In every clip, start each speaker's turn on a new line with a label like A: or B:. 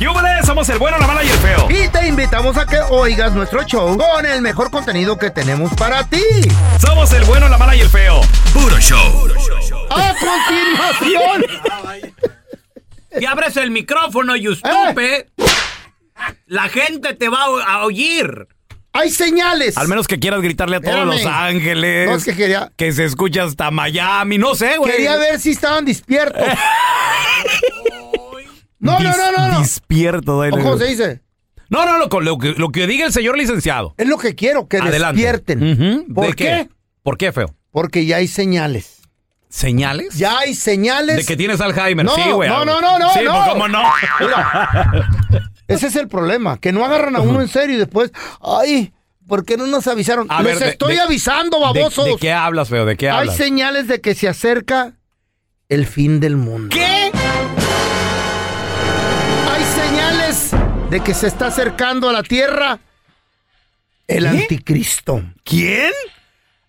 A: ¡Yúbales! Somos el bueno, la mala y el feo.
B: Y te invitamos a que oigas nuestro show con el mejor contenido que tenemos para ti.
A: Somos el bueno, la mala y el feo.
C: Puro show.
B: A continuación.
C: Si abres el micrófono y
B: Eh.
C: estupe, la gente te va a a oír.
B: Hay señales.
A: Al menos que quieras gritarle a todos
B: Espérame.
A: Los Ángeles.
B: No, es que quería-
A: Que se escucha hasta Miami. No sé, güey.
B: Quería ver si estaban despiertos. No, no,
A: Dis-
B: no, no, no.
A: Despierto, dale.
B: ¿O ¿Cómo se dice?
A: No, no, loco, lo, que, lo que diga el señor licenciado.
B: Es lo que quiero, que
A: Adelante.
B: despierten.
A: Ujú. ¿De
B: ¿Por qué?
A: ¿Por qué, feo?
B: Porque ya hay señales.
A: ¿Señales?
B: Ya hay señales.
A: De que tienes Alzheimer.
B: No,
A: sí, güey.
B: no, no, no, no,
A: Sí,
B: no.
A: pues, ¿cómo no?
B: Ese es el problema, que no agarran a uno en serio y después, ay, ¿por qué no nos avisaron?
A: A
B: Les
A: ver, de-
B: estoy
A: de-
B: avisando,
A: ¿De-
B: babosos.
A: ¿De, qué hablas, feo? ¿De qué
B: hay
A: hablas?
B: señales de que se acerca el fin del mundo.
A: ¿Qué?
B: Hay señales de que se está acercando a la tierra el anticristo.
A: ¿Quién?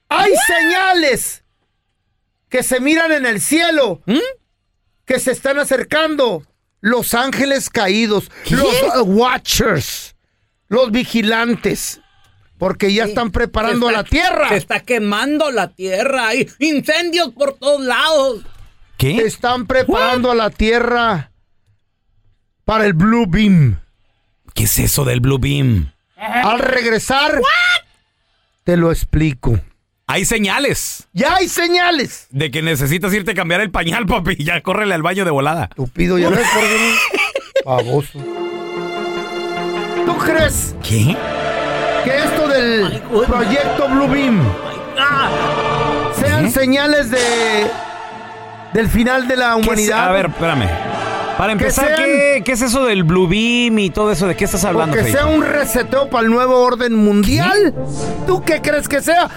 B: Hay señales que se miran en el cielo,
A: ¿Mm?
B: que se están acercando los ángeles caídos, los eh, watchers, los vigilantes, porque ya están preparando a la tierra.
C: Se está quemando la tierra. Hay incendios por todos lados.
A: ¿Qué?
B: Están preparando a la tierra para el Blue Beam.
A: ¿Qué es eso del Blue Beam?
B: Al regresar, te lo explico.
A: Hay señales
B: Ya hay señales.
A: de que necesitas irte a cambiar el pañal, papi. Ya córrele al baño de volada.
B: Tupido, ya ves por qué no? Baboso. ¿Tú crees
A: ¿Qué?
B: que esto del proyecto Blue Beam
A: ¿Eh? ¿Mm?
B: sean señales de del final de la
A: ¿Qué es-
B: humanidad?
A: a ver, espérame. Para empezar,
B: sean-
A: ¿qué, qué es eso del Blue Beam y todo eso? ¿De qué estás
B: o
A: hablando,
B: que
A: Feito?
B: sea un reseteo para el nuevo orden mundial. ¿Tú qué crees que sea?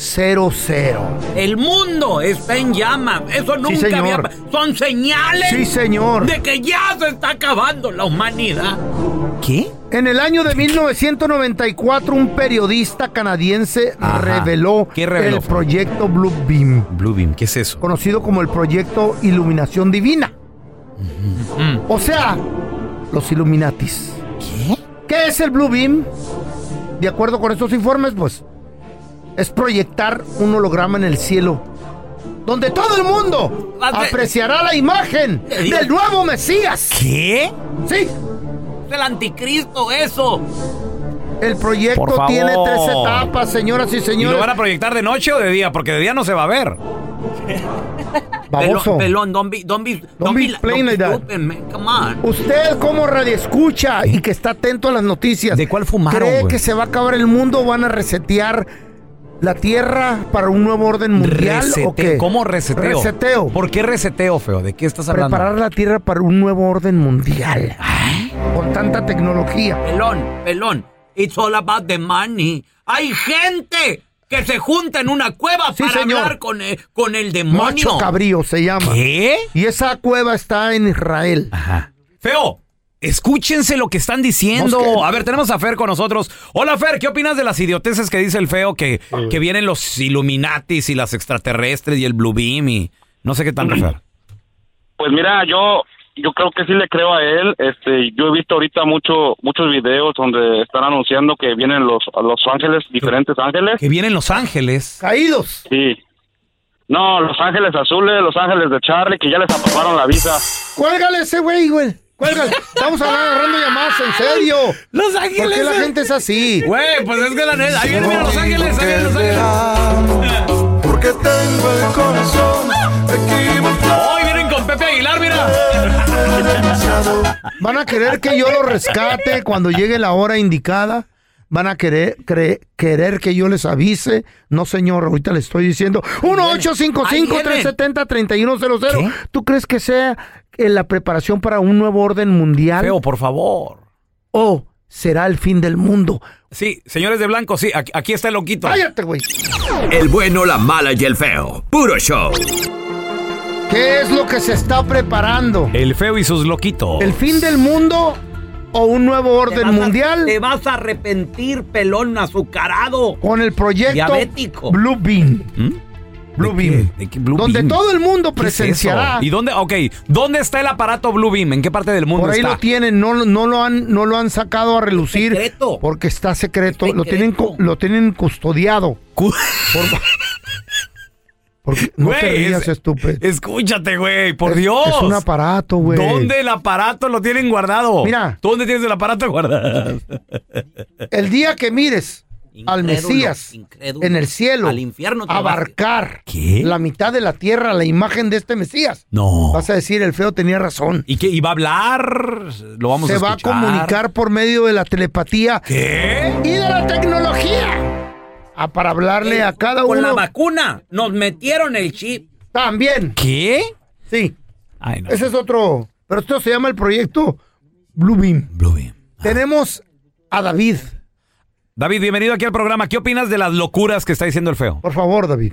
B: 1-855-370-3100.
C: El mundo está en llamas. Eso nunca
B: señor.
C: había. pa- Son señales
B: Sí, señor.
C: de que ya se está acabando la humanidad.
A: ¿Qué?
B: En el año de 1994, un periodista canadiense
A: Ajá.
B: reveló,
A: ¿Qué reveló?
B: el proyecto Blue Beam,
A: Blue Beam, ¿qué es eso?
B: conocido como el proyecto Iluminación Divina. O sea, los Illuminatis.
A: ¿Qué?
B: ¿Qué es el Blue Beam? De acuerdo con estos informes, pues, es proyectar un holograma en el cielo, donde todo el mundo
C: Ah, de-
B: apreciará la imagen
C: Te digo.
B: del nuevo Mesías.
A: ¿Qué?
B: Sí.
C: El anticristo, eso.
B: El
A: Por
B: proyecto
A: favor.
B: tiene tres etapas, señoras y
A: ¿Y lo
B: señores.
A: van a proyectar de noche o de día? Porque de día no se va a ver.
B: Baboso.
C: Pelón, pelón, don't be, don't be, don't
B: be
C: la-
B: playing
C: don't be
B: like that.
C: stupid, man. Come on.
B: Usted como radioescucha y que está atento a las noticias.
A: ¿De cuál fumaron,
B: ¿Cree
A: güey?
B: que se va a acabar el mundo? ¿Van a resetear la Tierra para un nuevo orden mundial
A: Resete-
B: o qué?
A: ¿Cómo reseteo?
B: Reseteo.
A: ¿Por qué reseteo, feo? ¿De qué estás hablando?
B: Preparar la Tierra para un nuevo orden mundial. Con tanta tecnología.
C: Pelón, pelón. It's all about the money. Hay gente que se junta en una cueva
B: Sí,
C: para
B: señor.
C: hablar con
A: eh,
C: el, con el demonio.
B: Macho Cabrío se llama.
A: ¿Qué?
B: Y esa cueva está en Israel.
A: Ajá. Feo, escúchense lo que están diciendo.
B: No, es que-
A: A ver, tenemos a Fer con nosotros. Hola, Fer, ¿qué opinas de las idioteces que dice el feo que, que vienen los Illuminatis y las extraterrestres y el Blue Beam y no sé qué tanto, Fer?
D: Pues mira, yo yo creo que sí le creo a él. Este, yo he visto ahorita mucho, muchos videos donde están anunciando que vienen los, a los ángeles, diferentes ángeles.
A: Que vienen Los Ángeles.
B: Caídos.
D: Sí. No, los ángeles azules, los ángeles de Charlie, que ya les aprobaron la visa.
B: Cuélgale ese güey, güey. Cuélgale. Estamos agarrando llamadas, en serio.
A: Los
B: ¿Por
A: Ángeles.
B: qué la gente es así?
A: Güey, pues es que la neta. Ahí viene, mira, Los Ángeles. Ahí viene Los Ángeles.
E: Porque tengo el corazón equivocado.
A: Hoy vienen con Pepe Aguilar, mira.
E: demasiado.
B: ¿Van a querer que yo lo rescate cuando llegue la hora indicada? ¿Van a querer, cre- querer que yo les avise? No, señor, ahorita le estoy diciendo. 1-855-370-3100. ¿Tú crees que sea eh, la preparación para un nuevo orden mundial?
A: Feo, por favor.
B: ¿O será el fin del mundo?
A: Sí, señores de blanco, sí, aquí, aquí está el loquito.
B: ¡Cállate, güey!
F: El bueno, la mala y el feo. Puro show.
B: ¿Qué es lo que se está preparando?
A: El feo y sus loquitos.
B: ¿El fin del mundo o un nuevo
C: Te
B: orden
C: vas a-
B: mundial?
C: Te vas a arrepentir, pelón azucarado.
B: Con el proyecto
C: Diabético.
B: Blue Beam.
A: Blue Beam.
B: donde todo el mundo
A: ¿Qué es eso?
B: presenciará.
A: ¿Y dónde? Ok, ¿dónde está el aparato Blue Beam? ¿En qué parte del mundo
B: Por ahí
A: está?
B: lo tienen, no, no, lo han, no lo han sacado a relucir.
C: secreto.
B: Porque está secreto.
C: Es
B: Lo, tienen, cu-
C: secreto.
B: lo tienen custodiado.
A: Cu-
B: Por- porque no te
A: Güey,
B: rías,
A: es-
B: estúpido.
A: Escúchate, güey, por
B: Es-
A: Dios.
B: Es un aparato, güey.
A: ¿Dónde el aparato lo tienen guardado?
B: Mira.
A: ¿Tú dónde tienes el aparato guardado?
B: El día que mires al
C: Incrédulo,
B: Mesías
C: incrédulo.
B: en el cielo,
C: Al infierno te vas.
B: abarcar
A: ¿Qué?
B: la mitad de la tierra, la imagen de este Mesías,
A: No.
B: vas a decir, el feo tenía razón.
A: ¿Y qué? ¿Y va a hablar? ¿Lo vamos a
B: Se va a
A: escuchar?
B: comunicar por medio de la telepatía
A: ¿Qué?
B: y de la tecnología. Ah, para hablarle a cada
C: Eh, Con la
B: uno
C: vacuna nos metieron el chip.
B: también.
A: ¿Qué?
B: Sí,
A: Ay, no.
B: ese es otro. Pero esto se llama el proyecto Blue Beam.
A: Blue Beam. Ah.
B: Tenemos a David.
A: David, bienvenido aquí al programa. ¿Qué opinas de las locuras que está diciendo el feo?
B: Por favor, David.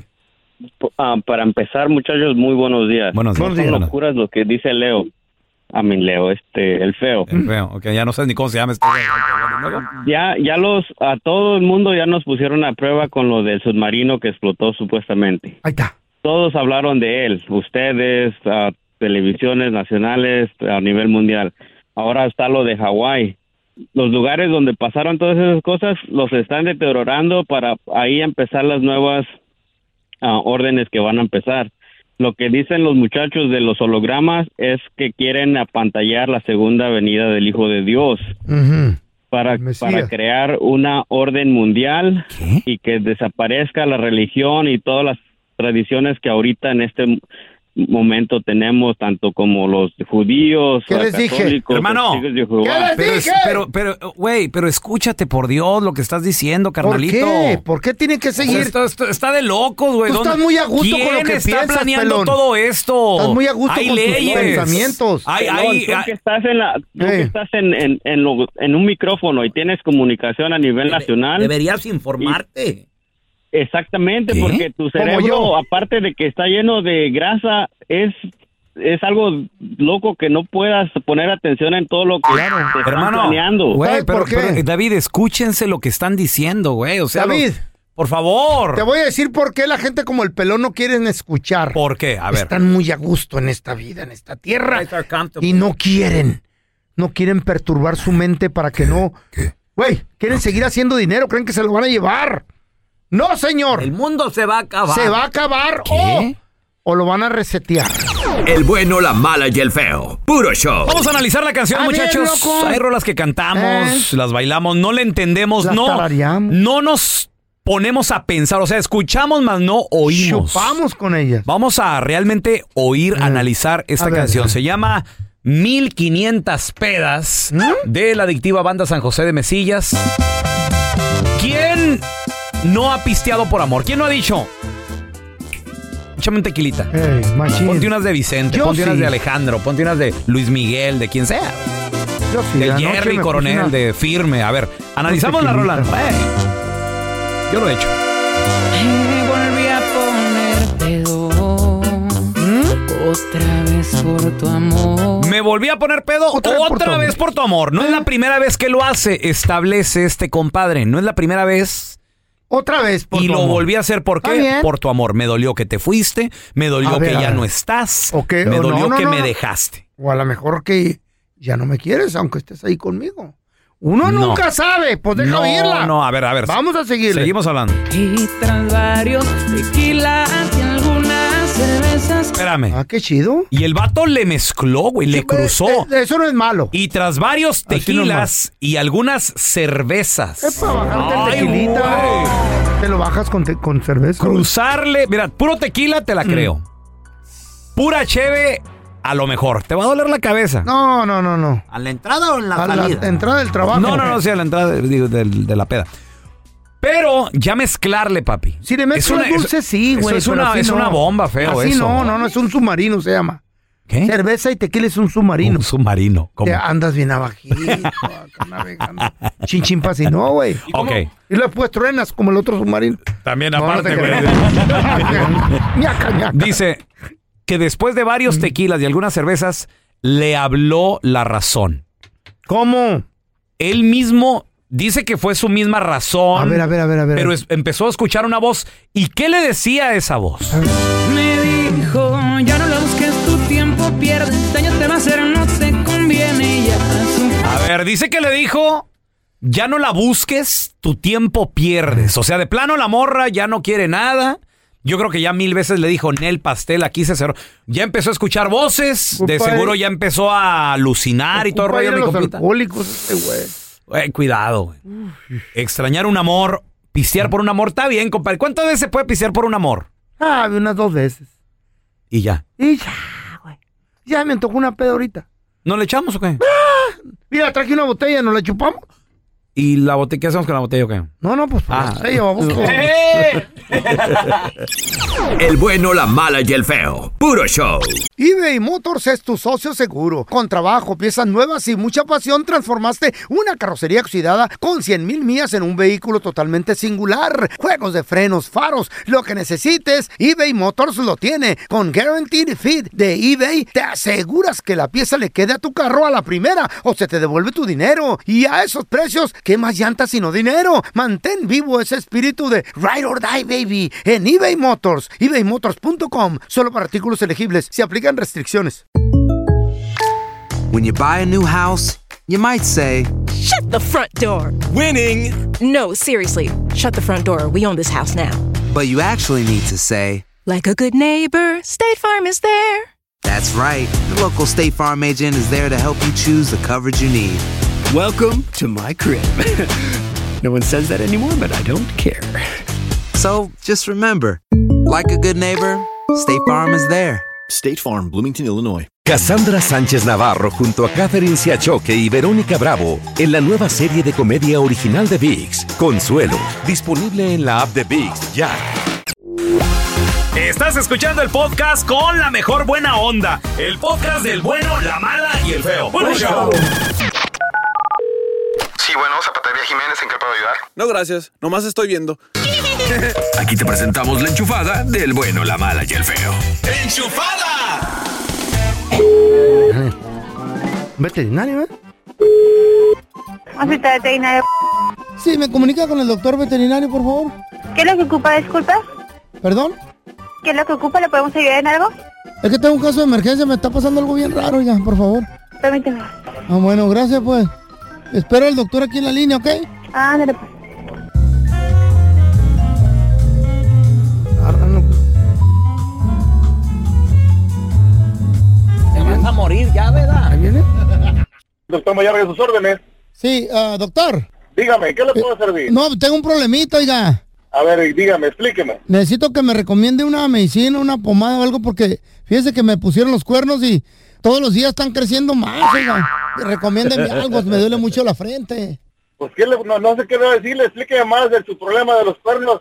G: P- ah, para empezar, muchachos, muy buenos días.
A: Buenos días.
B: Buenos
G: Son
B: días.
G: locuras lo que dice Leo. A mí, Leo, este, el feo.
A: El feo, ok, ya no sé ni cómo se llama este.
G: Ya, ya los, a todo el mundo ya nos pusieron a prueba con lo del submarino que explotó supuestamente.
B: Ahí está.
G: Todos hablaron de él, ustedes, ah, televisiones nacionales a nivel mundial. Ahora está lo de Hawái. Los lugares donde pasaron todas esas cosas los están deteriorando para ahí empezar las nuevas ah, órdenes que van a empezar. Lo que dicen los muchachos de los hologramas es que quieren apantallar la segunda venida del Hijo de Dios
B: Ujú.
G: para,
B: El Mesías.
G: para crear una orden mundial y que desaparezca la religión y todas las tradiciones que ahorita en este m- momento tenemos, tanto como los judíos,
B: ¿Qué les dije?
G: católicos,
A: Hermano,
G: testigos de Jehová.
B: ¿Qué les
A: Pero, es-
B: dije?
A: pero, pero, güey, pero escúchate por Dios lo que estás diciendo,
B: ¿Por
A: carnalito.
B: qué? ¿Por qué tiene que
A: O sea,
B: seguir?
A: esto- esto está de locos, güey.
B: Tú
A: ¿Dónde-
B: estás muy a gusto
A: ¿Quién
B: con lo que
A: está
B: piensas,
A: planeando
B: pelón?
A: todo esto?
B: Estás muy a gusto
A: Hay
B: con tus
A: leyes.
B: pensamientos.
A: Hay,
G: Pelón,
A: hay,
G: tú
A: hay-
G: que estás en la- tú que
B: Eh.
G: estás en- en- en lo- en un micrófono y tienes comunicación a nivel nacional.
C: Deberías informarte.
G: Exactamente,
A: ¿Qué?
G: porque tu
B: Como
G: cerebro,
B: yo.
G: aparte de que está lleno de grasa, es es algo loco que no puedas poner atención en todo lo que te están
A: hermano.
G: planeando.
A: Güey,
B: ¿Sabes
A: pero,
B: por qué?
A: pero, eh, David, escúchense lo que están diciendo, güey. O sea,
B: David.
A: los- por favor.
B: Te voy a decir por qué la gente como el pelón no quieren escuchar.
A: ¿Por qué? A ver.
B: Están muy a gusto en esta vida, en esta tierra.
C: Guys are comfortable.
B: Y no quieren. No quieren perturbar su mente para que no. Güey, quieren seguir haciendo dinero, creen que se lo van a llevar. No, señor.
C: El mundo se va a acabar.
B: Se va a acabar
A: ¿Qué?
B: o, o lo van a resetear.
F: El bueno, la mala y el feo. Puro show.
A: Vamos a analizar la canción,
B: Está bien,
A: muchachos.
B: loco.
A: Hay rolas que
B: Eh,
A: cantamos, las bailamos, no le entendemos,
B: Las
A: no.
B: tarareamos.
A: No nos ponemos a pensar, o sea, escuchamos, más no oímos.
B: Chupamos con ellas.
A: Vamos a realmente oír, analizar esta
B: A ver,
A: canción.
B: a ver.
A: Se llama 1500 pedas de la adictiva banda San José de Mesillas. ¿Quién no ha pisteado por amor? ¿Quién no ha dicho? Échame un tequilita.
B: Ey, machín.
A: Ponte unas de Vicente,
B: Yo
A: ponte unas
B: sí.
A: de Alejandro, ponte unas de Luis Miguel, de quien sea.
B: Yo sí,
A: Del
B: anoche me
A: Jerry
B: puse
A: Coronel,
B: una-
A: de Firme. A ver, analizamos la rola.
B: tequilita.
A: Eh, yo lo he hecho.
H: volví a ponerte otra vez por tu amor.
A: Me volví a poner pedo
B: Otra
A: otra,
B: vez por tu amor.
A: vez por tu amor. No es la primera vez que lo hace, establece este compadre. No es la primera vez.
B: Otra vez. por
A: y lo
B: favor.
A: volví a hacer. ¿Por
B: Está
A: qué?
B: bien.
A: Por tu amor. Me dolió que te fuiste, me
B: A
A: dolió
B: ver,
A: que
B: a
A: ya
B: ver.
A: no estás,
B: Ok,
A: me
B: o no,
A: dolió
B: no,
A: que
B: no,
A: me
B: no.
A: dejaste.
B: O a lo mejor que ya no me quieres, aunque estés ahí conmigo. Uno
A: No.
B: nunca sabe, pues deja
A: no,
B: irla.
A: No, a ver, a ver.
B: Vamos a seguirle.
A: Seguimos hablando.
H: Y tras varios tequilas y algunas cervezas.
A: Espérame.
B: Ah, qué chido. pues, eh,
A: Y el vato le mezcló, güey, le cruzó.
B: Eso no es malo.
A: Y tras varios
B: nomás.
A: tequilas y algunas cervezas.
B: Es para bajarte
A: Ay,
B: el tequilita. Te lo bajas con, te- con cerveza. Mm.
A: Cruzarle, mira, puro tequila te la creo. Pura cheve, a lo mejor. Te va a doler la cabeza.
B: No, no, no, no.
C: ¿A la entrada o en la
B: A la
C: salida?
B: entrada del trabajo.
A: No, no, no, sí, a la entrada digo, del- de la peda. Pero ya mezclarle, papi.
B: Si le metes
A: Es una-
B: un dulce,
A: es-
B: sí,
A: eso
B: güey.
A: Es,
B: pero
A: una,
B: así
A: es
B: no.
A: una bomba, feo
B: así
A: eso.
B: no, no, no, es un submarino, se llama.
A: ¿Qué?
B: Cerveza y tequila es un submarino.
A: Un submarino. ¿cómo?
B: Te andas bien abajito, acá navegando. Chin, chin, pas y no, güey.
A: Ok.
B: Y luego pues truenas como el otro submarino.
A: También
B: No, no
A: aparte,
B: te
A: güey.
B: Ñaca, ñaca.
A: Dice que después de
B: Mm.
A: varios tequilas y algunas cervezas, le habló la razón.
B: ¿Cómo?
A: Él mismo dice que fue su misma razón.
B: A ver, a ver, a ver, a ver.
A: Pero es- empezó a escuchar una voz. ¿Y qué le decía esa voz?
H: Me dijo, ya no lo busques, tu tiempo pierdes. Daño te va a hacer, no te conviene. Ya pasó.
A: A ver, dice que le dijo, ya no la busques, tu tiempo pierdes. O sea, de plano la morra ya no quiere nada. Yo creo que ya mil veces le dijo, Nel Pastel, aquí se cerró. Ya empezó a escuchar voces, de
B: Ocupa
A: seguro
B: ir-
A: ya empezó a alucinar y todo el
B: Ocupa
A: rollo.
B: ir a
A: mi
B: eh. los
A: compita.
B: alcohólicos este güey.
A: Güey, cuidado, güey. Extrañar un amor, pistear por un amor, está bien, compadre. ¿Cuántas veces se puede pistear por un amor?
B: Ah, unas dos veces.
A: Y ya.
B: Y ya, güey. Ya me tocó una pedo ahorita.
A: ¿No le echamos o qué?
B: Mira, traje una botella, ¿nos la chupamos?
A: ¿Y la botella? ¿Qué hacemos con la botella o qué?
B: No, no, pues
A: Ah.
B: se llevamos.
A: Eh.
F: El bueno, la mala y el feo. Puro show.
B: eBay Motors es tu socio seguro. Con trabajo, piezas nuevas y mucha pasión, transformaste una carrocería oxidada con 100.000 mil millas en un vehículo totalmente singular. Juegos de frenos, faros, lo que necesites, eBay Motors lo tiene. Con Guaranteed Fit de eBay, te aseguras que la pieza le quede a tu carro a la primera o se te devuelve tu dinero. Y a esos precios, ¿qué más llantas sino dinero? Mantén vivo ese espíritu de Ride or Die, baby, en eBay Motors. ebaymotors.com, solo para artículos elegibles, se aplican restricciones.
I: When you buy a new house, you might say,
J: Shut the front door. Winning. No, seriously. Shut the front door. We own this house now.
I: but you actually need to say,
J: Like a good neighbor, State Farm is there.
I: that's right, the local State Farm agent is there to help you choose the coverage you need.
F: Welcome to my crib. no one says that anymore, but I don't care.
I: So just remember, like a good neighbor, State Farm is there.
K: State Farm, Bloomington, Illinois.
L: Cassandra Sánchez Navarro junto a Catherine Siachoque y Verónica Bravo en la nueva serie de comedia original de VIX, Consuelo, disponible en la app de VIX ya.
A: Estás escuchando el podcast con la mejor buena onda. El podcast del bueno, la mala y el feo. Bueno, show.
M: Sí, bueno, Zapatería Jiménez, ¿en qué puedo ayudar?
K: No, gracias. Nomás estoy viendo.
F: Aquí te presentamos la enchufada del bueno, la mala y el feo.
E: ¡Enchufada!
B: ¿Veterinario, eh?
N: Hospital veterinario.
B: Sí, me comunica con el doctor veterinario, por favor.
N: ¿Qué es lo que ocupa, disculpa?
B: ¿Perdón?
N: ¿Qué es lo que ocupa? ¿Le podemos ayudar en algo?
B: Es que tengo un caso de emergencia, me está pasando algo bien raro, ya, por favor.
N: Permíteme.
B: Ah, bueno, gracias, pues. Espero al doctor aquí en la línea, ¿ok?
N: Ah, no le pasa.
B: Ah,
O: Te vas a morir ya, ¿verdad?
B: ¿Ahí viene?
O: Doctor Mayorga, sus órdenes.
B: Sí, ah, doctor. Eh,
O: Dígame, ¿qué le puedo servir?
B: No, tengo un problemita, oiga.
O: A ver, dígame, explíqueme.
B: Necesito que me recomiende una medicina, una pomada o algo, porque fíjese que me pusieron los cuernos y todos los días están creciendo más, oiga. Recomiéndeme algo, me duele mucho la frente.
O: Pues, ¿qué le- no, no sé qué le voy a decirle. Explíqueme más de su problema de los cuernos.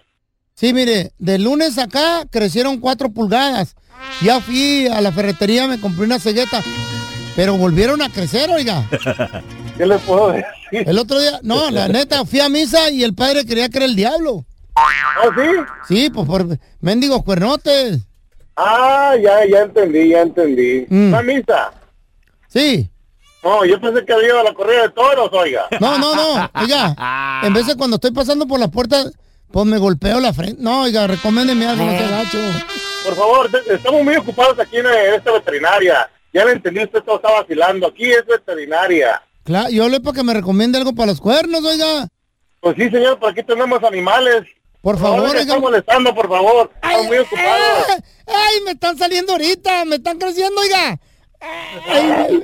B: Sí, mire, de lunes acá crecieron cuatro pulgadas. Ya fui a la ferretería, me compré una cegueta, pero volvieron a crecer, oiga.
O: ¿Qué le puedo decir?
B: El otro día, no, la neta, fui a misa y el padre creía que era el diablo.
O: ¿Ah, sí?
B: Sí, pues por mendigos cuernotes.
O: Ah, ya, ya entendí, ya entendí. ¿La misa?
B: Mm. Sí.
O: No, yo pensé que había ido a la corrida de toros, oiga.
B: No, no, no, oiga, en vez de cuando estoy pasando por la puerta, pues me golpeo la frente. No, oiga, recomiéndeme algo, no sea gacho.
O: Por favor, te- estamos muy ocupados aquí en eh, esta veterinaria. Ya le entendí, usted todo está vacilando. Aquí es veterinaria.
B: Claro, yo le para que me recomiende algo para los cuernos, oiga.
O: Pues sí, señor, por aquí tenemos animales.
B: Por favor,
O: no,
B: oiga. eh,
O: está molestando, por favor. Están muy ocupados.
B: ¡Ay, ay, me están saliendo ahorita! ¡Me están creciendo, oiga! ¡Ay,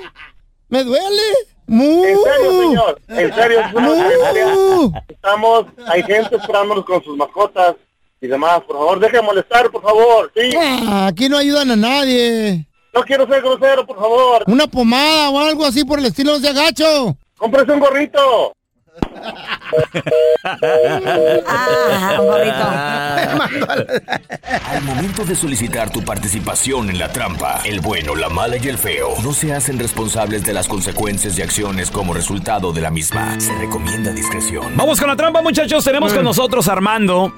B: ¡Me duele! ¡Mu!
O: En serio, señor. En serio, es una veterinaria. Estamos, hay gente esperándonos con sus mascotas y demás. Por favor, deje de molestar, por favor. Sí.
B: Ah, Aquí no ayudan a nadie.
O: No quiero ser grosero, por favor.
B: Una pomada o algo así por el estilo de agacho.
O: ¡Cómprese un gorrito!
L: Al momento de solicitar tu participación en la trampa, el bueno, la mala y el feo no se hacen responsables de las consecuencias y acciones como resultado de la misma. Se recomienda discreción.
P: Vamos con la trampa, muchachos. Tenemos con nosotros a Armando.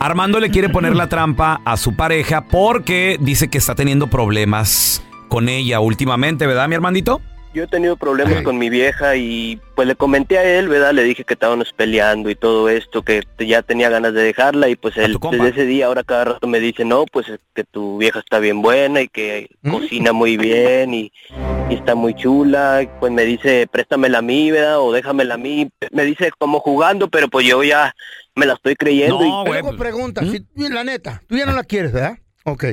P: Armando le quiere poner la trampa a su pareja porque dice que está teniendo problemas con ella últimamente, ¿verdad, mi hermandito?
Q: Yo he tenido problemas con mi vieja y pues le comenté a él, ¿verdad? Le dije que estábamos peleando y todo esto, que te- ya tenía ganas de dejarla y pues él desde ese día ahora cada rato me dice, no, pues es que tu vieja está bien buena y que cocina muy bien y, y está muy chula, y, pues me dice, préstamela a mí, ¿verdad? O déjamela a mí, me dice como jugando, pero pues yo ya me la estoy creyendo. y-
R: Luego
B: pues.
R: pregunta, si- la neta, tú ya no la quieres, ¿verdad? Ok.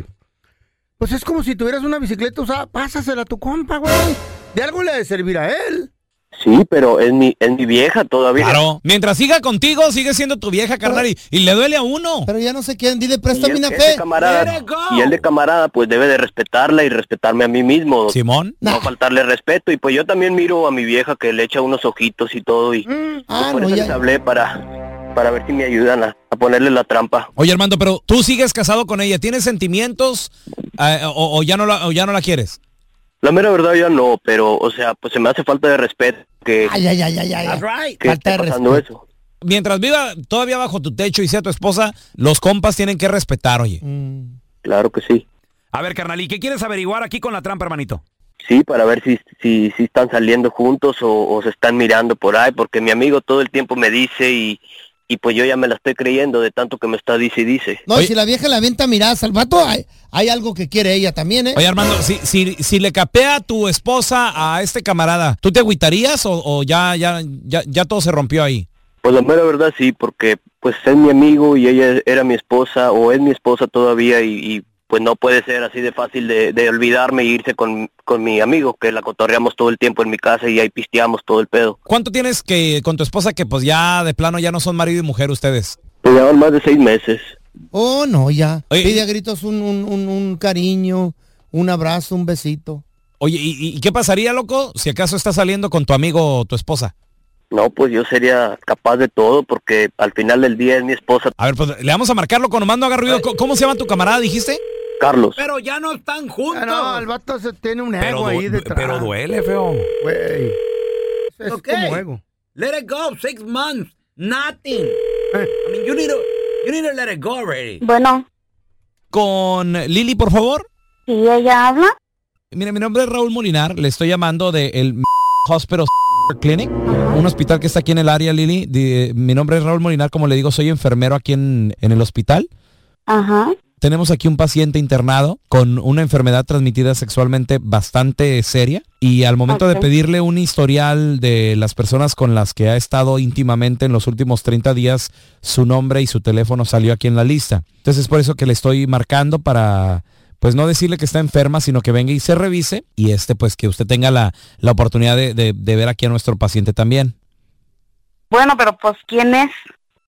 R: Pues es como si tuvieras una bicicleta usada, pásasela a tu compa, güey. De algo le ha de servir a él.
Q: Sí, pero es mi, es mi vieja todavía.
A: Claro. Mientras siga contigo, sigue siendo tu vieja, carnal, y, y le duele a uno.
B: Pero ya no sé quién. Dile,
Q: Y
B: préstame
Q: él-
B: una
Q: él de
B: fe.
Q: camarada, y él de camarada pues debe de respetarla y respetarme a mí mismo.
A: Simón.
Q: No faltarle respeto y pues yo también miro a mi vieja que le echa unos ojitos y todo y
A: Mm.
Q: pues,
B: ah,
Q: por
B: no,
Q: eso
B: ya-
Q: les hablé para, para ver si me ayudan a, a ponerle la trampa.
A: Oye, Armando, pero tú sigues casado con ella. ¿Tienes sentimientos eh, o, o ya no la, o ya no la quieres?
Q: La mera verdad ya no, pero o sea pues se me hace falta de respeto que,
A: Ay, ay, ay, ay, ay.
Q: que esté
A: Falta de
Q: pasando
A: respeto.
Q: eso.
A: Mientras viva todavía bajo tu techo y sea tu esposa, los compas tienen que respetar, oye.
Q: Claro que sí.
P: A ver, carnal, ¿y qué quieres averiguar aquí con la trampa, hermanito?
Q: Sí, para ver si, si, si están saliendo juntos o, o se están mirando por ahí, porque mi amigo todo el tiempo me dice y, y pues yo ya me la estoy creyendo de tanto que me está dice y dice.
B: No, si la vieja la avienta miradas al vato, hay, hay algo que quiere ella también, ¿eh?
A: Oye, Armando, si, si, si le capea tu esposa a este camarada, ¿tú te agüitarías o, o ya, ya, ya, ya todo se rompió ahí?
Q: Pues la mera verdad sí, porque pues es mi amigo y ella era mi esposa o es mi esposa todavía y, y, pues no puede ser así de fácil de, de olvidarme e irse con, con mi amigo, que la cotorreamos todo el tiempo en mi casa y ahí pisteamos todo el pedo.
A: ¿Cuánto tienes que con tu esposa que pues ya de plano ya no son marido y mujer ustedes?
Q: Pues llevan más de seis meses.
B: Oh, no, ya.
A: Oye,
B: Pide a gritos un, un- un- un cariño, un abrazo, un besito.
A: Oye, ¿y, y- y qué pasaría, loco, si acaso estás saliendo con tu amigo o tu esposa?
Q: No, pues yo sería capaz de todo porque al final del día es mi esposa.
A: A ver, pues le vamos a marcar, loco, nomás no haga ruido. Co- ¿Cómo se llama tu camarada, dijiste?
Q: Carlos.
R: Pero ya no están juntos.
B: Ah,
R: no, el vato se tiene un ego
A: du-
R: ahí detrás.
P: Pero duele, feo.
R: Güey. Es
S: Ok.
R: como ego.
S: Let it go. Six months. Nothing.
R: Eh.
S: I mean, you need to, you need to let it go already.
N: Bueno,
A: Con Lili, por favor.
N: si ella habla,
A: Mira, mi nombre es Raúl Molinar, le estoy llamando de el Hospital Clinic, un hospital que está aquí en el área, Lili. Di- eh, mi nombre es Raúl Molinar, como le digo, soy enfermero aquí en, en el hospital.
N: ajá,
A: Tenemos aquí un paciente internado con una enfermedad transmitida sexualmente bastante seria y al momento de
T: Ok.
A: pedirle un historial de las personas con las que ha estado íntimamente en los últimos 30 días, su nombre y su teléfono salió aquí en la lista. Entonces es por eso que le estoy marcando para pues no decirle que está enferma, sino que venga y se revise y este pues que usted tenga la, la oportunidad de, de- de ver aquí a nuestro paciente también.
N: bueno, pero pues ¿quién es?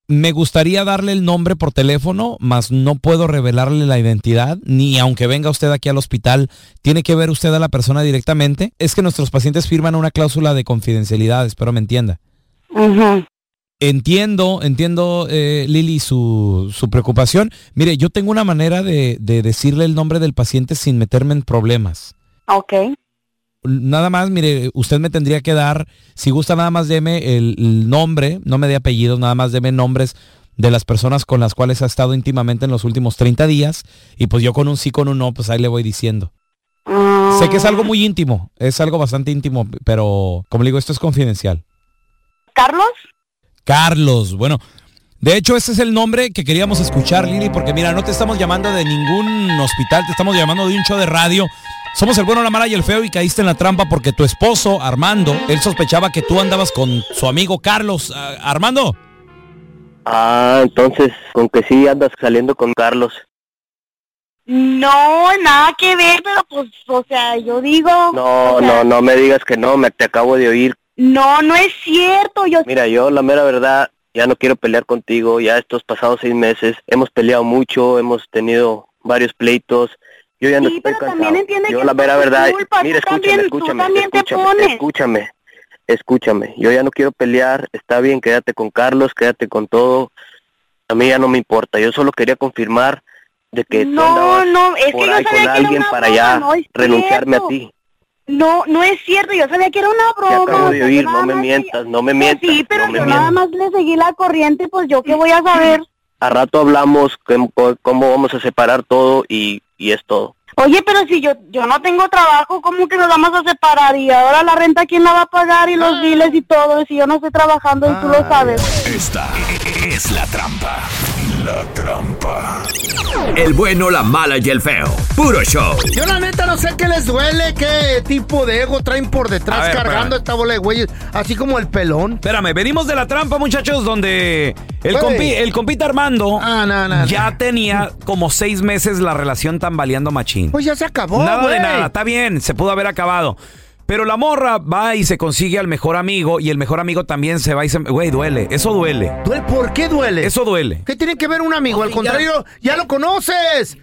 A: Me gustaría darle el nombre por teléfono, mas no puedo revelarle la identidad, ni aunque venga usted aquí al hospital, tiene que ver usted a la persona directamente. Es que nuestros pacientes firman una cláusula de confidencialidad, espero me entienda. Entiendo, entiendo, eh, Lili, su, su preocupación. Mire, yo tengo una manera de, de decirle el nombre del paciente sin meterme en problemas.
N: Ok,
A: Nada más, mire, usted me tendría que dar, si gusta nada más deme el, el nombre, no me dé apellidos, nada más deme nombres de las personas con las cuales ha estado íntimamente en los últimos 30 días y pues yo con un sí, con un no, pues ahí le voy diciendo. Sé que es algo muy íntimo, es algo bastante íntimo, pero como le digo, esto es confidencial.
N: ¿Carlos?
A: Carlos, bueno,
U: De hecho, ese es el nombre que queríamos escuchar, Lili, porque mira, no te estamos llamando de ningún hospital, te estamos llamando de un show de radio. Somos el bueno, la mala y el feo y caíste en la trampa porque tu esposo, Armando, él sospechaba que tú andabas con su amigo Carlos. Ah, Armando.
Q: Ah, entonces, con que sí andas saliendo con Carlos.
N: No, nada que ver, pero pues, o sea, yo digo...
Q: No,
N: o sea,
Q: no, no me digas que no, me te acabo de oír.
N: No, no es cierto, yo...
Q: Mira, yo la mera verdad ya no quiero pelear contigo, ya estos pasados seis meses hemos peleado mucho, hemos tenido varios pleitos. Yo ya no
N: Sí,
Q: estoy
N: pero también
Q: cansado.
N: entiende
Q: yo
N: que
Q: la
N: fue
Q: mera
N: tu
Q: verdad,
N: culpa,
Q: mira,
N: tú también-
Q: escúchame,
N: tú
Q: escúchame,
N: también te
Q: escúchame,
N: pones.
Q: escúchame, escúchame. Yo ya no quiero pelear, está bien, quédate con Carlos, quédate con todo. A mí ya no me importa, yo solo quería confirmar de que tú
N: No,
Q: andabas
N: no, es que
Q: por
N: yo
Q: ahí
N: sabía que
Q: con
N: era
Q: alguien
N: una
Q: para
N: broma,
Q: ya
N: no es
Q: renunciarme
N: cierto.
Q: a ti.
N: No, no es cierto, yo sabía que era una
Q: Te
N: broma.
Q: acabo
N: o
Q: de
N: sea,
Q: oír,
N: yo
Q: no
N: nada
Q: me
N: más-
Q: mientas, no me mientas.
N: Sí, pero
Q: no me
N: yo
Q: mientas.
N: nada más le seguí la corriente, pues yo qué voy a saber.
Q: A rato hablamos cómo, cómo vamos a separar todo y, y es todo.
N: Oye, pero si yo yo no tengo trabajo, ¿cómo que nos vamos a separar? Y ahora la renta, ¿quién la va a pagar? Y los biles y todo, y si yo no estoy trabajando y tú
B: Ah.
N: lo sabes.
V: Esta es la trampa. La trampa. El bueno, la mala y el feo. Puro show.
B: Yo la neta no sé qué les duele, qué tipo de ego traen por detrás
A: A ver,
B: cargando
A: espérame.
B: esta bola de güeyes, así como el pelón.
A: Espérame, venimos de la trampa, muchachos, donde el,
B: Güey. Ah,
A: compi- el compita Armando
B: no,
A: ya tenía como seis meses la relación tambaleando machín.
B: Pues ya se acabó,
A: nada
B: güey.
A: de nada, está bien, se pudo haber acabado. Pero la morra va y se consigue al mejor amigo y el mejor amigo también se va y se... Güey, duele, eso duele.
B: ¿Duele? ¿Por qué duele?
A: Eso duele.
B: ¿Qué tiene que ver un amigo? Al
A: ya-
B: contrario, ya, lo conoces.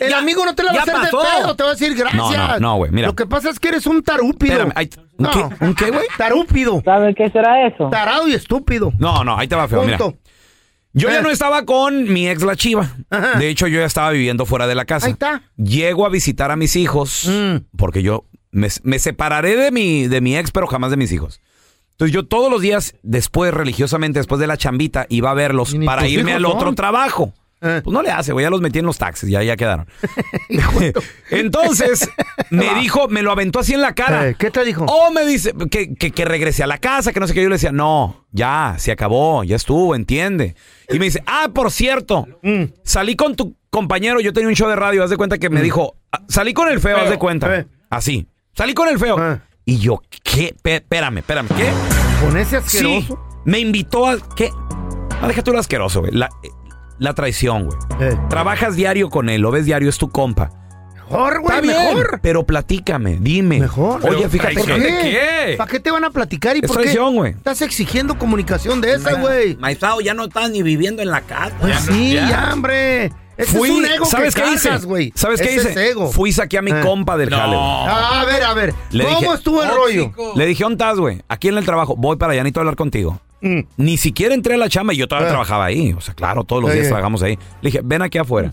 B: el amigo no te la va a
A: ya
B: hacer
A: pasó.
B: de pedo, te va a decir gracias.
A: No, no, no, güey, mira.
B: Lo que pasa es que eres un tarúpido.
A: Espérame, ahí- ¿un qué? ¿Un qué, güey?
B: Tarúpido.
W: ¿Saben qué será eso?
B: Tarado y estúpido.
A: No, no, ahí te va feo, mira.
B: Punto.
A: Yo ya no estaba con mi ex la chiva. De hecho, yo ya estaba viviendo fuera de la casa.
B: Ahí está.
A: Llego a visitar a mis hijos porque yo me, me separaré de mi, de mi ex, pero jamás de mis hijos. Entonces yo todos los días, después, religiosamente, después de la chambita, iba a verlos para
C: tus
A: irme
C: hijos
A: al otro
C: son.
A: trabajo. Pues no le hace, güey, ya los metí en los taxis, ya, ya quedaron. Entonces, me dijo, me lo aventó así en la cara.
B: Eh, ¿Qué te dijo?
A: Oh, me dice que, que, que regrese a la casa, que no sé qué. Yo le decía, no, ya, se acabó, ya estuvo, entiende. Y me dice, ah, por cierto,
B: Mm.
A: salí con tu compañero, yo tenía un show de radio, haz de cuenta que me dijo, "Ah, salí con el feo, haz de
B: eh.
A: cuenta. Así, salí con el feo. Y yo, ¿qué? Pe- Espérame, espérame, ¿qué?
B: Ah. Con ese
A: Sí,
B: asqueroso.
A: me invitó a, ¿qué? Ah, deja tú lo asqueroso, güey. La, eh, la traición, güey.
B: Eh.
A: Trabajas diario con él, lo ves diario, es tu compa.
B: Mejor, güey,
A: Está bien,
B: mejor.
A: Pero platícame, dime. Mejor. Oye,
B: Pero,
A: fíjate
B: ¿por
A: que-
B: ¿Para qué te van a platicar y
A: Es
B: por qué
A: traición, güey.
B: estás exigiendo comunicación de esa, güey? Pues
C: Maizao ya no estás ni viviendo en la casa.
B: sí, ya, hombre. Ese
A: Fui-
B: es un ego
A: ¿sabes
B: que
A: qué
B: cargas,
A: hice?
B: güey.
A: ¿Sabes qué
B: Ese
A: hice?
B: es ego.
A: Fui y saqué a mi
B: Eh.
A: compa del jale, güey.
B: Ah, A ver, a ver.
A: Le
B: ¿Cómo
A: dije,
B: estuvo el rollo?
A: Le dije, ¿dónde estás, güey? Aquí en el trabajo. Voy para allá, necesito hablar contigo.
B: Mm.
A: Ni siquiera entré a la chamba y yo
B: Ah.
A: todavía trabajaba ahí. O sea, claro, todos los
B: Oye.
A: días trabajamos ahí. Le dije, ven aquí afuera.
B: Mm.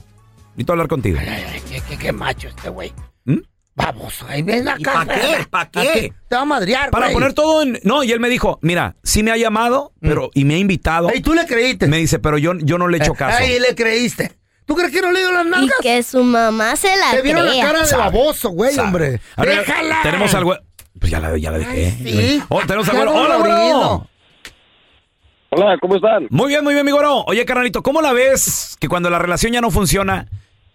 A: Necesito hablar contigo.
B: ¿Qué, qué, qué macho este, güey.
A: ¿Mm?
B: Vamos, ahí ven acá.
C: para
B: güey.
C: qué? ¿Para qué?
B: Te va a madrear,
A: Para
B: güey. Mm.
A: poner todo en. No, y él me dijo, mira, sí me ha llamado pero y me ha invitado. ¿Y
B: tú le creíste? Eh,
A: Me dice, pero yo, yo no le he hecho caso.
B: Ahí le creíste. ¿Tú crees que no le dio las nalgas?
T: Y que su mamá se la
B: Te vieron la
T: crea.
B: cara de baboso, güey,
A: Sabe.
B: hombre.
A: A ver,
B: ¡Déjala!
A: Tenemos al güey. Pues ya la, ya la dejé. Oh, tenemos al
B: Qué
A: güey. Hola,
B: dolorido.
A: bro.
X: Hola, ¿cómo están?
A: Muy bien, muy bien, mi güero. Oye, carnalito, ¿cómo la ves que cuando la relación ya no funciona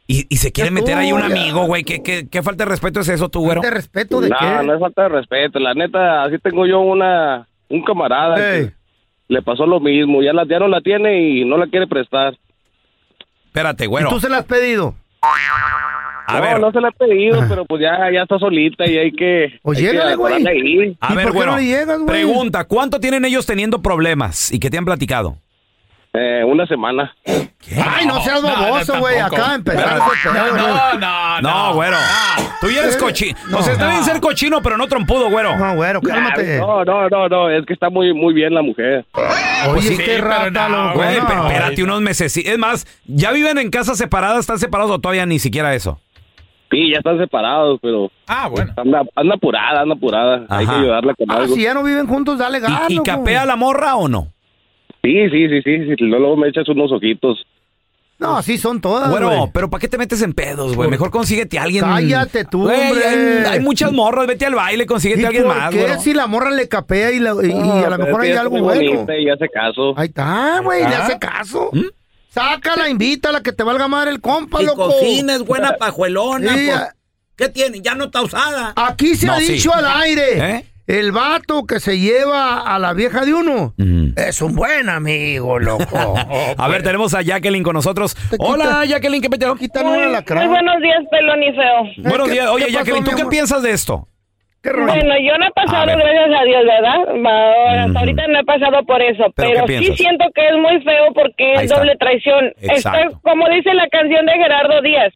A: y, y se quiere
X: Ya
A: meter ahí un
X: estuvo, ya.
A: amigo, güey? ¿Qué, qué, qué falta de respeto es eso, tú, güero?
B: ¿Falta de respeto
X: no, no es falta de respeto. La neta, así tengo yo una un camarada que le pasó lo mismo. Ya, la, ya no la tiene y no la quiere prestar.
A: Espérate, güero.
B: ¿Tú se la has pedido? Ah.
A: A
X: no,
A: ver.
X: no se la he pedido, pero pues ya, ya está solita y hay que...
A: O
X: hay que
A: llégale, güey.
X: atorarla ahí.
A: A ver, güero. Pregunta, ¿cuánto tienen ellos teniendo problemas y que te han platicado?
X: Eh, una semana.
B: Ay, no seas baboso, güey. Acá empezar.
A: No, no, no. No, güero. Tú ya eres cochino. o sea, está bien ser cochino, pero no trompudo, güero.
B: No, güero,
X: Ay, No, no, no, no, es que está muy, muy bien la mujer.
A: Pues
B: Oye, este rata, loco.
A: Güey,
B: no.
A: pero espérate unos meses. Es más, ¿ya viven en casas separadas? ¿Están separados o todavía ni siquiera eso?
X: Sí, ya están separados, pero...
A: Ah, bueno.
X: Anda, anda apurada, anda apurada. Hay que
A: Ajá.
X: ayudarla con
B: Ah,
X: algo.
B: si ya no viven juntos, dale gano.
A: ¿Y, y capea la morra o no?
X: Sí, sí, sí, sí, sí. Luego me echas unos ojitos.
B: No, así son todas,
A: Bueno,
B: güey.
A: pero ¿para qué te metes en pedos, güey? Mejor consíguete a alguien.
B: Cállate tú,
A: Güey,
B: hombre.
A: Hay, hay muchas morras, vete al baile, consíguete
B: ¿Y
A: a alguien
B: por
A: más,
B: qué
A: güey.
B: si la morra le capea y, la- y- y a lo mejor hay algo bueno?
X: Y hace caso.
B: Ahí está, güey, le
X: ¿Ah?
B: hace
A: ¿Mm?
B: caso. Sácala, invítala, que te valga madre el compa,
C: Y
B: loco.
C: cocina, es buena pajuelona,
B: Sí,
C: pues. ¿Qué tiene? Ya no está usada.
B: Aquí se ha dicho al aire.
A: ¿Eh?
B: El vato que se lleva a la vieja de uno es un buen amigo, loco.
A: a ver, tenemos a Jacqueline con nosotros. Hola, Jacqueline, ¿qué peteo?
W: Muy buenos días, pelón y feo.
A: Buenos días. Oye, Jacqueline, ¿tú qué piensas de esto?
W: Bueno, yo no he
A: A
W: pasado,
A: ver.
W: gracias a Dios, ¿verdad? Ahora, hasta ahorita no he pasado por eso,
A: ¿Pero
W: pero,
A: qué
W: sí
A: piensas?
W: siento que es muy feo porque
A: Ahí
W: es
A: está.
W: doble traición.
A: Exacto.
W: Está- como dice la canción de Gerardo Díaz,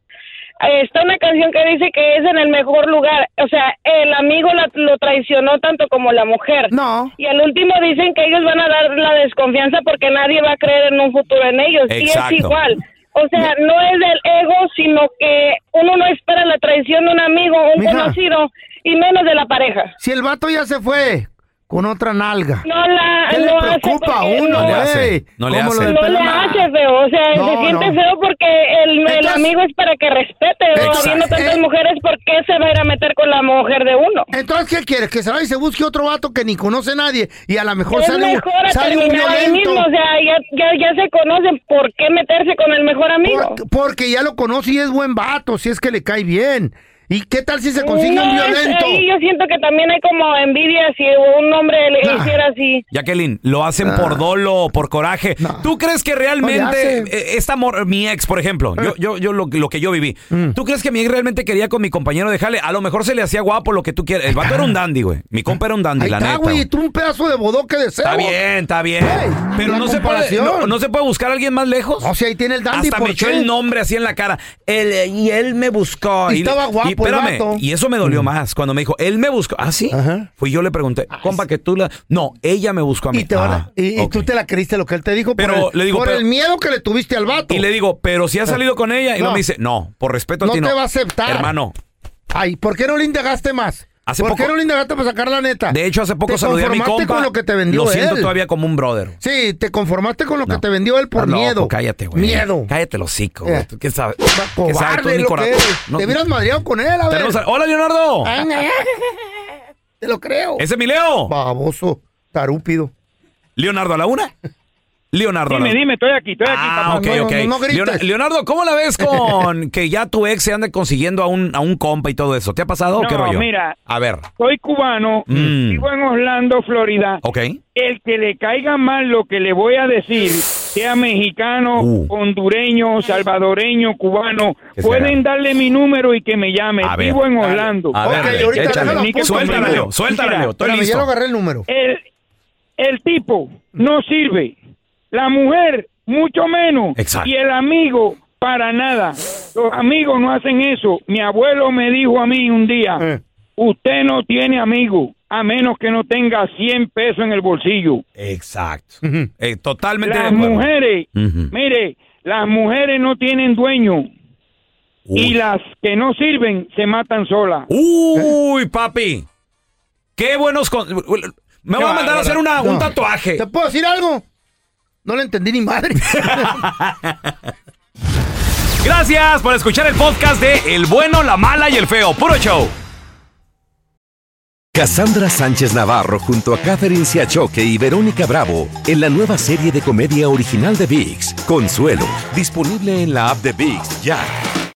W: eh, está una canción que dice que es en el mejor lugar. O sea, el amigo la- lo traicionó tanto como la mujer.
B: No.
W: Y al último dicen que ellos van a dar la desconfianza porque nadie va a creer en un futuro en ellos. Y es
Y: Exacto.
W: igual. O sea, no es del ego, sino que uno no espera la traición de un amigo, un
B: Mija.
W: conocido, y menos de la pareja.
B: Si el vato ya se fue con otra nalga.
W: No la-
B: ¿Qué
W: no
B: le
W: hace
B: preocupa a
W: porque
B: uno,
W: no- No le hace,
B: güey?
W: no le
B: Como lo
W: hace.
B: del
W: No le
B: pelo largo.
W: hace, feo, o sea,
B: No,
W: se siente
B: no.
W: feo porque el, el
B: Entonces-
W: amigo es para que respete. ¿no?
B: Exacto.
W: Habiendo tantas mujeres, ¿por qué se va a ir a meter con la mujer de uno?
B: Entonces, ¿qué quieres? Que se vaya y se busque otro vato que ni conoce a nadie y a lo mejor
W: es
B: sale, un-
W: mejor a
B: sale un
W: terminar ahí
B: violento.
W: mismo, o sea, ya, ya, ya se conocen, ¿por qué meterse con el mejor amigo?
B: Por- porque ya lo conoce y es buen vato, si es que le cae bien. ¿Y qué tal si se consigue un
W: No, es-
B: violento?
W: ahí yo siento que también hay como envidia si un hombre le hiciera así.
A: Jacqueline, lo hacen
B: Ah.
A: por dolo o por coraje. ¿Tú crees que realmente eh, esta mor- mi ex, por ejemplo, yo, yo, yo lo, lo que yo viví,
B: Mm.
A: ¿tú crees que mi ex realmente quería con mi compañero dejarle? A lo mejor se le hacía guapo lo que tú quieras. El vato era un dandy, güey. Mi compa era un dandy, la
B: Ah,
A: neta.
B: güey, y
A: güey.
B: tú un pedazo de bodoque de cebo. ¿Eh?
A: Está bien, está bien. Pero
B: la
A: no se, puede,
B: comparación.
A: no, no se puede buscar a alguien más lejos.
B: O sea, ahí tiene el dandy,
A: Hasta
B: ¿por
A: me echó
B: qué?
A: el nombre así en la cara. Él, eh, y él me buscó.
B: Y
A: le-
B: estaba guapo
A: Y,
B: el
A: espérame,
B: vato. Mm.
A: y eso me dolió más cuando me dijo, él me buscó. Ah, sí. Fui yo le pregunté, compa, que tú la. No, ella me buscó a mí.
B: Y, te van a-
A: Ah,
B: y- y
A: ok.
B: tú te la creíste lo que él te dijo
A: Pero
B: por, el,
A: le digo,
B: por
A: pero-
B: el miedo que le tuviste al vato.
A: Y le digo, pero si has salido con ella. Y
B: No.
A: no me dice, no, por respeto a
B: No
A: ti no.
B: te va a aceptar.
A: Hermano,
B: Ay, ¿por qué no le indagaste más?
A: Hace
B: ¿Por
A: poco-
B: qué no le indagaste para sacar la neta?
A: de hecho, hace poco
B: Te
A: saludé a mi
B: conformaste
A: compa.
B: con lo que te vendió
A: Lo siento
B: él.
A: todavía como un brother.
B: Sí, te conformaste con lo que te vendió él por
A: Estás loco,
B: miedo.
A: pues cállate, güey.
B: Miedo.
A: Cállate los hocico, güey.
B: Eh.
A: ¿Tú ¿Qué sabes? ¿Qué sabes tú
B: Cobarde
A: de mi
B: lo
A: corazón?
B: que eres.
A: No-
B: Te hubieras madreado con él, a ver.
A: Tenemos ¡Oh! a- Hola, Leonardo.
B: Ay, ay, ay. Te lo creo.
A: Ese es mi Leo.
B: Baboso, tarúpido.
A: Leonardo a la una. Leonardo a la
T: dime, estoy aquí, estoy aquí.
A: Ah, ok,
T: papá.
A: ok. Leona- Leonardo, ¿cómo la ves con que ya tu ex se ande consiguiendo a un, a un compa y todo eso? ¿Te ha pasado o qué
T: No,
A: rollo?
T: mira.
A: A ver.
T: Soy cubano,
A: Mm.
T: vivo en Orlando, Florida.
A: Ok.
T: El que le caiga mal lo que le voy a decir, sea mexicano, hondureño, salvadoreño, cubano,
A: Uh. Que se
T: pueden darle mi número y que me llame.
A: A ver.
T: vivo en Orlando.
A: A ver,
T: Ok,
A: Leo,
T: ahorita
A: échale.
T: déjalo, apunto
A: Suéltala,
T: primero.
A: Leo, suéltala,
T: Mira,
A: Leo, estoy
T: espérame,
A: listo.
T: ya lo
B: agarré el número.
T: El, el tipo no sirve, la mujer mucho menos
A: Exacto.
T: y el amigo para nada. Los amigos no hacen eso. Mi abuelo me dijo a mí un día, usted no tiene amigo a menos que no tenga 100 pesos en el bolsillo.
A: Exacto. Eh, totalmente
T: Las
A: de acuerdo.
T: mujeres,
A: Ujú.
T: mire, las mujeres no tienen dueño. Y las que no sirven se matan solas.
A: Uy, papi. Qué buenos. con- Me voy a mandar a hacer una, un
B: No.
A: tatuaje.
B: ¿Te puedo decir algo? No le entendí ni madre.
A: Gracias por escuchar el podcast de El bueno, la mala y el feo. Puro show.
L: Cassandra Sánchez Navarro junto a Catherine Siachoque y Verónica Bravo en la nueva serie de comedia original de VIX, Consuelo, disponible en la app de VIX ya.